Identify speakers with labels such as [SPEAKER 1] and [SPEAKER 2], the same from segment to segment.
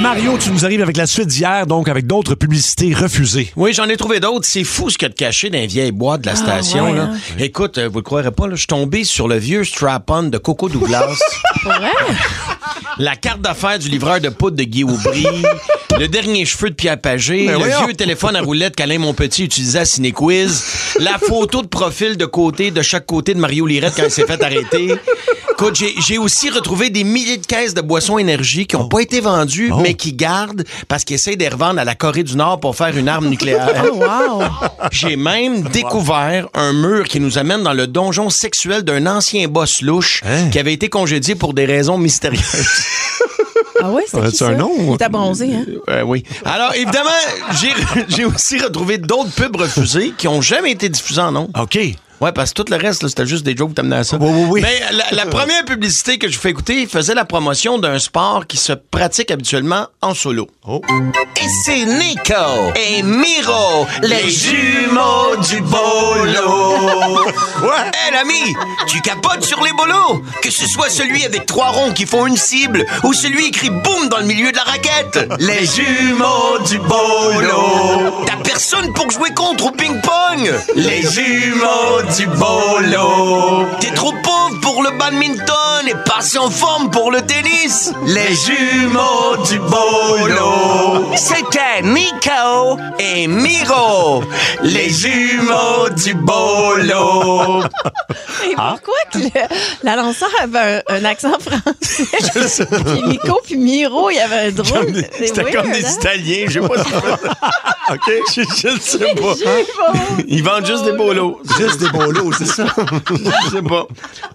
[SPEAKER 1] Mario, tu nous arrives avec la suite d'hier, donc avec d'autres publicités refusées.
[SPEAKER 2] Oui, j'en ai trouvé d'autres. C'est fou ce qu'il y a de caché dans les vieilles boîtes de la station.
[SPEAKER 3] ouais,
[SPEAKER 2] là.
[SPEAKER 3] hein?
[SPEAKER 2] Écoute, euh, vous le croirez pas, là, je suis tombé sur le vieux strap-on de Coco Douglas. La carte d'affaires du livreur de poudre de Guy Aubry, le dernier cheveu de Pierre Pagé, le
[SPEAKER 1] voyons.
[SPEAKER 2] vieux téléphone à roulette qu'Alain Monpetit utilisait à Cinequiz, la photo de profil de côté, de chaque côté de Mario Lirette quand il s'est fait arrêter. Écoute, j'ai- j'ai aussi retrouvé des milliers de caisses de boissons énergie qui n'ont pas été vendues, mais qui gardent parce qu'ils essayent de les revendre à la Corée du Nord pour faire une arme nucléaire. J'ai même découvert un mur qui nous amène dans le donjon sexuel d'un ancien boss louche
[SPEAKER 1] Hein?
[SPEAKER 2] qui avait été congédié pour des raisons mystérieuses.
[SPEAKER 3] Ah ouais,
[SPEAKER 1] Ouais,
[SPEAKER 3] c'est qui
[SPEAKER 1] c'est un
[SPEAKER 3] ça?
[SPEAKER 1] nom.
[SPEAKER 3] T'as bronzé, hein?
[SPEAKER 2] Euh, oui. Alors, évidemment, j'ai- j'ai aussi retrouvé d'autres pubs refusés qui ont jamais été diffusés en ondes.
[SPEAKER 1] OK.
[SPEAKER 2] Ouais, parce que tout le reste, là, c'était juste des jokes t'amenaient à ça.
[SPEAKER 1] Ah. Oui, oui, oui.
[SPEAKER 2] Mais la, la première publicité que je vous fais écouter faisait la promotion d'un sport qui se pratique habituellement en solo.
[SPEAKER 1] Oh.
[SPEAKER 2] Et c'est Nico et Miro, les jumeaux du bolo.
[SPEAKER 1] Ouais.
[SPEAKER 2] Hé l'ami, tu capotes sur les bolos Que ce soit celui avec trois ronds qui font une cible ou celui écrit boum dans le milieu de la raquette. Les jumeaux du bolo. T'as personne pour jouer contre au ping-pong. Les jumeaux du bolo. T'es trop pauvre pour le badminton et pas en forme pour le tennis. Les jumeaux du bolo. C'était Nico et Miro. Les jumeaux du bolo.
[SPEAKER 3] Et
[SPEAKER 1] Ah.
[SPEAKER 3] pourquoi que le- la lanceur avait un, un accent français? puis Nico puis Miro, il y avait un drôle. C'est
[SPEAKER 2] C'était comme
[SPEAKER 3] weird,
[SPEAKER 2] des
[SPEAKER 3] hein?
[SPEAKER 2] Italiens, je sais pas ce qu'ils font.
[SPEAKER 1] OK.
[SPEAKER 2] je, je le sais pas.
[SPEAKER 3] J'ai pas-
[SPEAKER 2] Ils vendent juste des bolos.
[SPEAKER 1] Juste des bolos, c'est ça?
[SPEAKER 2] Je sais pas.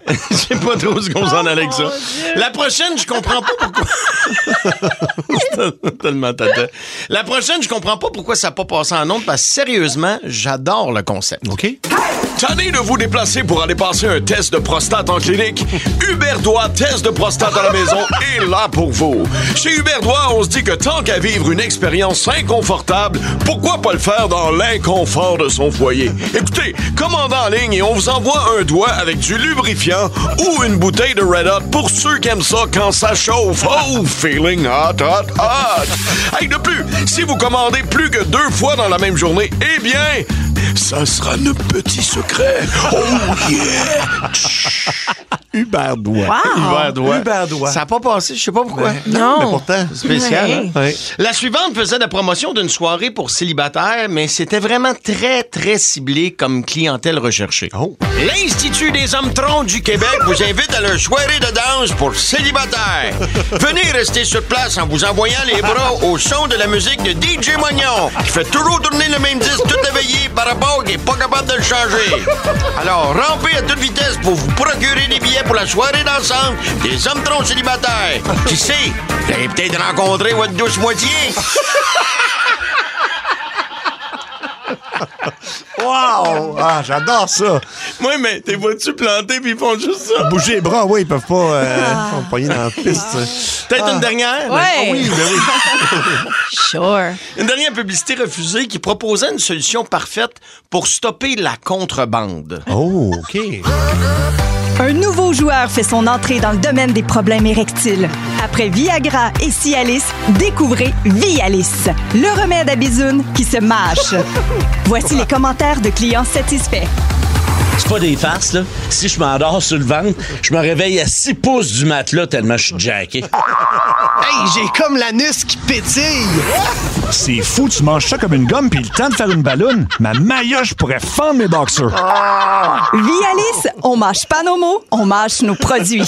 [SPEAKER 2] Je sais pas trop ce qu'on s'en allait avec ça.
[SPEAKER 3] Oh, mon Dieu.
[SPEAKER 2] La prochaine, je comprends pas pourquoi. C'est Tellement tata. La prochaine, je comprends pas pourquoi ça n'a pas passé en nombre parce que sérieusement, j'adore le concept.
[SPEAKER 1] OK.
[SPEAKER 4] Tanné de vous déplacer pour aller passer un test de prostate en clinique? Huberdois Test de prostate à la maison est là pour vous. Chez Huberdois, on se dit que tant qu'à vivre une expérience inconfortable, pourquoi pas le faire dans l'inconfort de son foyer? Écoutez, commandez en ligne et on vous envoie un doigt avec du lubrifiant ou une bouteille de Red Hot pour ceux qui aiment ça quand ça chauffe. Oh, feeling hot, hot, hot! Hey, de plus, si vous commandez plus que deux fois dans la même journée, eh bien, ça sera nos petits secrets. Oh yeah!
[SPEAKER 1] Hubert Doigt.
[SPEAKER 2] Hubert Doigt.
[SPEAKER 1] Ah, Hubert Doigt.
[SPEAKER 2] Ça n'a pas passé, je sais pas pourquoi.
[SPEAKER 3] Non.
[SPEAKER 1] Mais pourtant,
[SPEAKER 2] Spécial.
[SPEAKER 3] Ouais.
[SPEAKER 2] hein?
[SPEAKER 1] Ouais.
[SPEAKER 2] La suivante faisait la promotion d'une soirée pour célibataires, mais c'était vraiment très, très ciblé comme clientèle recherchée.
[SPEAKER 1] Oh.
[SPEAKER 2] L'Institut des hommes troncs du Québec vous invite à leur soirée de danse pour célibataires. Venez rester sur place en vous envoyant les bras au son de la musique de DJ Moignon, qui fait toujours tourner le même disque toute la veillée par rapport qui n'est pas capable de le changer. Alors, rampez à toute vitesse pour vous procurer des billets pour la soirée dansante des hommes troncs célibataires. Qui sait, vous allez peut-être rencontrer votre douce moitié.
[SPEAKER 1] Wow! Ah, j'adore ça.
[SPEAKER 2] Oui, mais t'es vois-tu planté puis ils font juste ça?
[SPEAKER 1] Bouger les bras, oui, ils peuvent pas
[SPEAKER 3] Ah.
[SPEAKER 1] euh, sont pognés dans la piste.
[SPEAKER 2] Peut-être une dernière? Ah
[SPEAKER 3] Ouais.
[SPEAKER 1] Oui, ben oui.
[SPEAKER 3] Sure.
[SPEAKER 2] Une dernière publicité refusée qui proposait une solution parfaite pour stopper la contrebande.
[SPEAKER 1] Oh, OK.
[SPEAKER 5] Un nouveau joueur fait son entrée dans le domaine des problèmes érectiles. Après Viagra et Cialis, découvrez Vialis, le remède à bisoune qui se mâche. Voici les commentaires de clients satisfaits.
[SPEAKER 6] C'est pas des farces, là. Si je m'endors sur le ventre, je me réveille à 6 pouces du matelas tellement je suis jacké.
[SPEAKER 7] Hey, j'ai comme l'anus qui pétille.
[SPEAKER 8] C'est fou, tu manges ça comme une gomme, puis le temps de faire une balloune. Ma maillotche pourrait fendre mes boxers.
[SPEAKER 5] Vialis, on mâche pas nos mots, on mâche nos produits.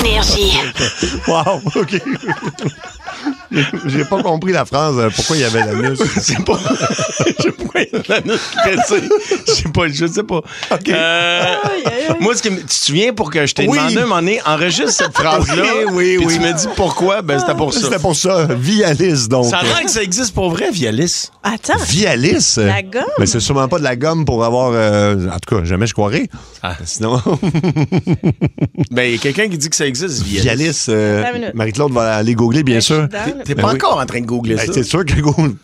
[SPEAKER 9] Énergie.
[SPEAKER 1] Wow, OK. J'ai pas compris la phrase, euh, pourquoi il y avait la muse.
[SPEAKER 2] C'est pas. Je sais pas pourquoi il y a la note qui fait ça. Je sais pas, je sais pas. Euh, Moi, ce qui me- tu te souviens pour que je t'ai
[SPEAKER 1] Oui.
[SPEAKER 2] demandé un moment donné, enregistre cette phrase-là.
[SPEAKER 1] Oui, oui,
[SPEAKER 2] puis
[SPEAKER 1] oui.
[SPEAKER 2] Tu m'as dit pourquoi? Ben, c'était pour ça.
[SPEAKER 1] C'était pour ça, Vialis, donc.
[SPEAKER 2] Ça rend que ça existe pour vrai, Vialis.
[SPEAKER 3] Attends.
[SPEAKER 1] Vialis?
[SPEAKER 3] La gomme?
[SPEAKER 1] Mais c'est sûrement pas de la gomme pour avoir... euh, en tout cas, jamais je croirais. Sinon,
[SPEAKER 2] Ben, il y a quelqu'un qui dit que ça existe, Vialis.
[SPEAKER 1] Vialis, euh,
[SPEAKER 3] Attends une minute.
[SPEAKER 1] Marie-Claude va aller googler, bien sûr.
[SPEAKER 3] dedans, là.
[SPEAKER 2] T'es
[SPEAKER 1] Ben
[SPEAKER 2] pas
[SPEAKER 1] oui.
[SPEAKER 2] encore en train de googler
[SPEAKER 1] Ben,
[SPEAKER 2] ça.
[SPEAKER 1] c'est sûr que Google.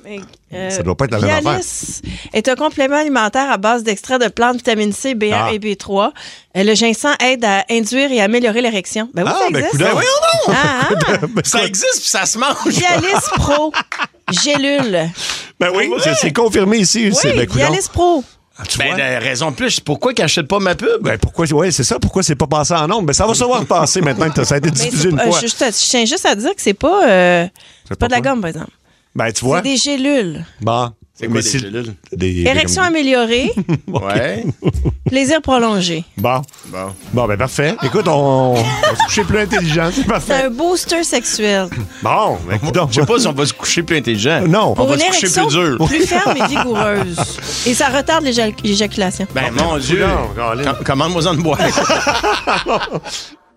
[SPEAKER 3] Euh,
[SPEAKER 1] Ça doit pas être la même affaire.
[SPEAKER 3] Vialis est un complément alimentaire à base d'extrait de plantes, vitamine C, B1
[SPEAKER 1] Ah.
[SPEAKER 3] et B3. Euh, le ginseng aide à induire et améliorer l'érection. Ben oui,
[SPEAKER 1] Ah,
[SPEAKER 3] ça
[SPEAKER 1] ben,
[SPEAKER 3] existe.
[SPEAKER 1] coudonc. Ben voyons
[SPEAKER 3] Ah, ah.
[SPEAKER 1] Ben,
[SPEAKER 2] Ça existe puis ça se mange.
[SPEAKER 3] Vialis Pro, gélule.
[SPEAKER 1] Ben oui, c'est- c'est confirmé ici.
[SPEAKER 3] Oui,
[SPEAKER 1] c'est ben, coudonc.
[SPEAKER 3] Vialis Pro.
[SPEAKER 1] Ah, tu
[SPEAKER 2] Ben,
[SPEAKER 1] vois?
[SPEAKER 2] la raison de plus, pourquoi qu'elle achète pas ma pub?
[SPEAKER 1] Ben, pourquoi, ouais, c'est ça, pourquoi c'est pas passé en nombre? Ben, ça va se voir passer maintenant que ça a été
[SPEAKER 3] Mais
[SPEAKER 1] diffusé
[SPEAKER 3] c'est
[SPEAKER 1] une
[SPEAKER 3] pas-
[SPEAKER 1] fois.
[SPEAKER 3] euh, je, je te- je tiens juste à dire que c'est pas, euh, c'est
[SPEAKER 1] pas
[SPEAKER 3] pas de la
[SPEAKER 1] quoi?
[SPEAKER 3] gomme, par exemple.
[SPEAKER 1] Ben, tu
[SPEAKER 3] C'est
[SPEAKER 1] vois,
[SPEAKER 3] des gélules.
[SPEAKER 1] bon. C'est
[SPEAKER 2] quoi des gélules?
[SPEAKER 1] Des,
[SPEAKER 3] Érection
[SPEAKER 1] des-
[SPEAKER 3] améliorée,
[SPEAKER 2] Ouais.
[SPEAKER 3] plaisir prolongé.
[SPEAKER 1] Bon. bon. Bon, ben, parfait. Écoute, on, on va se coucher plus intelligent. C'est
[SPEAKER 3] C'est
[SPEAKER 1] parfait.
[SPEAKER 3] un booster sexuel.
[SPEAKER 1] Bon, ben, coudonc.
[SPEAKER 2] Je sais pas si on va se coucher plus intelligent.
[SPEAKER 1] Non.
[SPEAKER 3] Pour
[SPEAKER 2] va
[SPEAKER 3] une
[SPEAKER 2] se coucher
[SPEAKER 3] érection
[SPEAKER 2] plus dur.
[SPEAKER 3] ferme et vigoureuse. Et ça retarde l'éjac- l'éjaculation.
[SPEAKER 2] Ben, mon Dieu.
[SPEAKER 1] Non, Colin.
[SPEAKER 2] Com- Commande-moi-en de boire.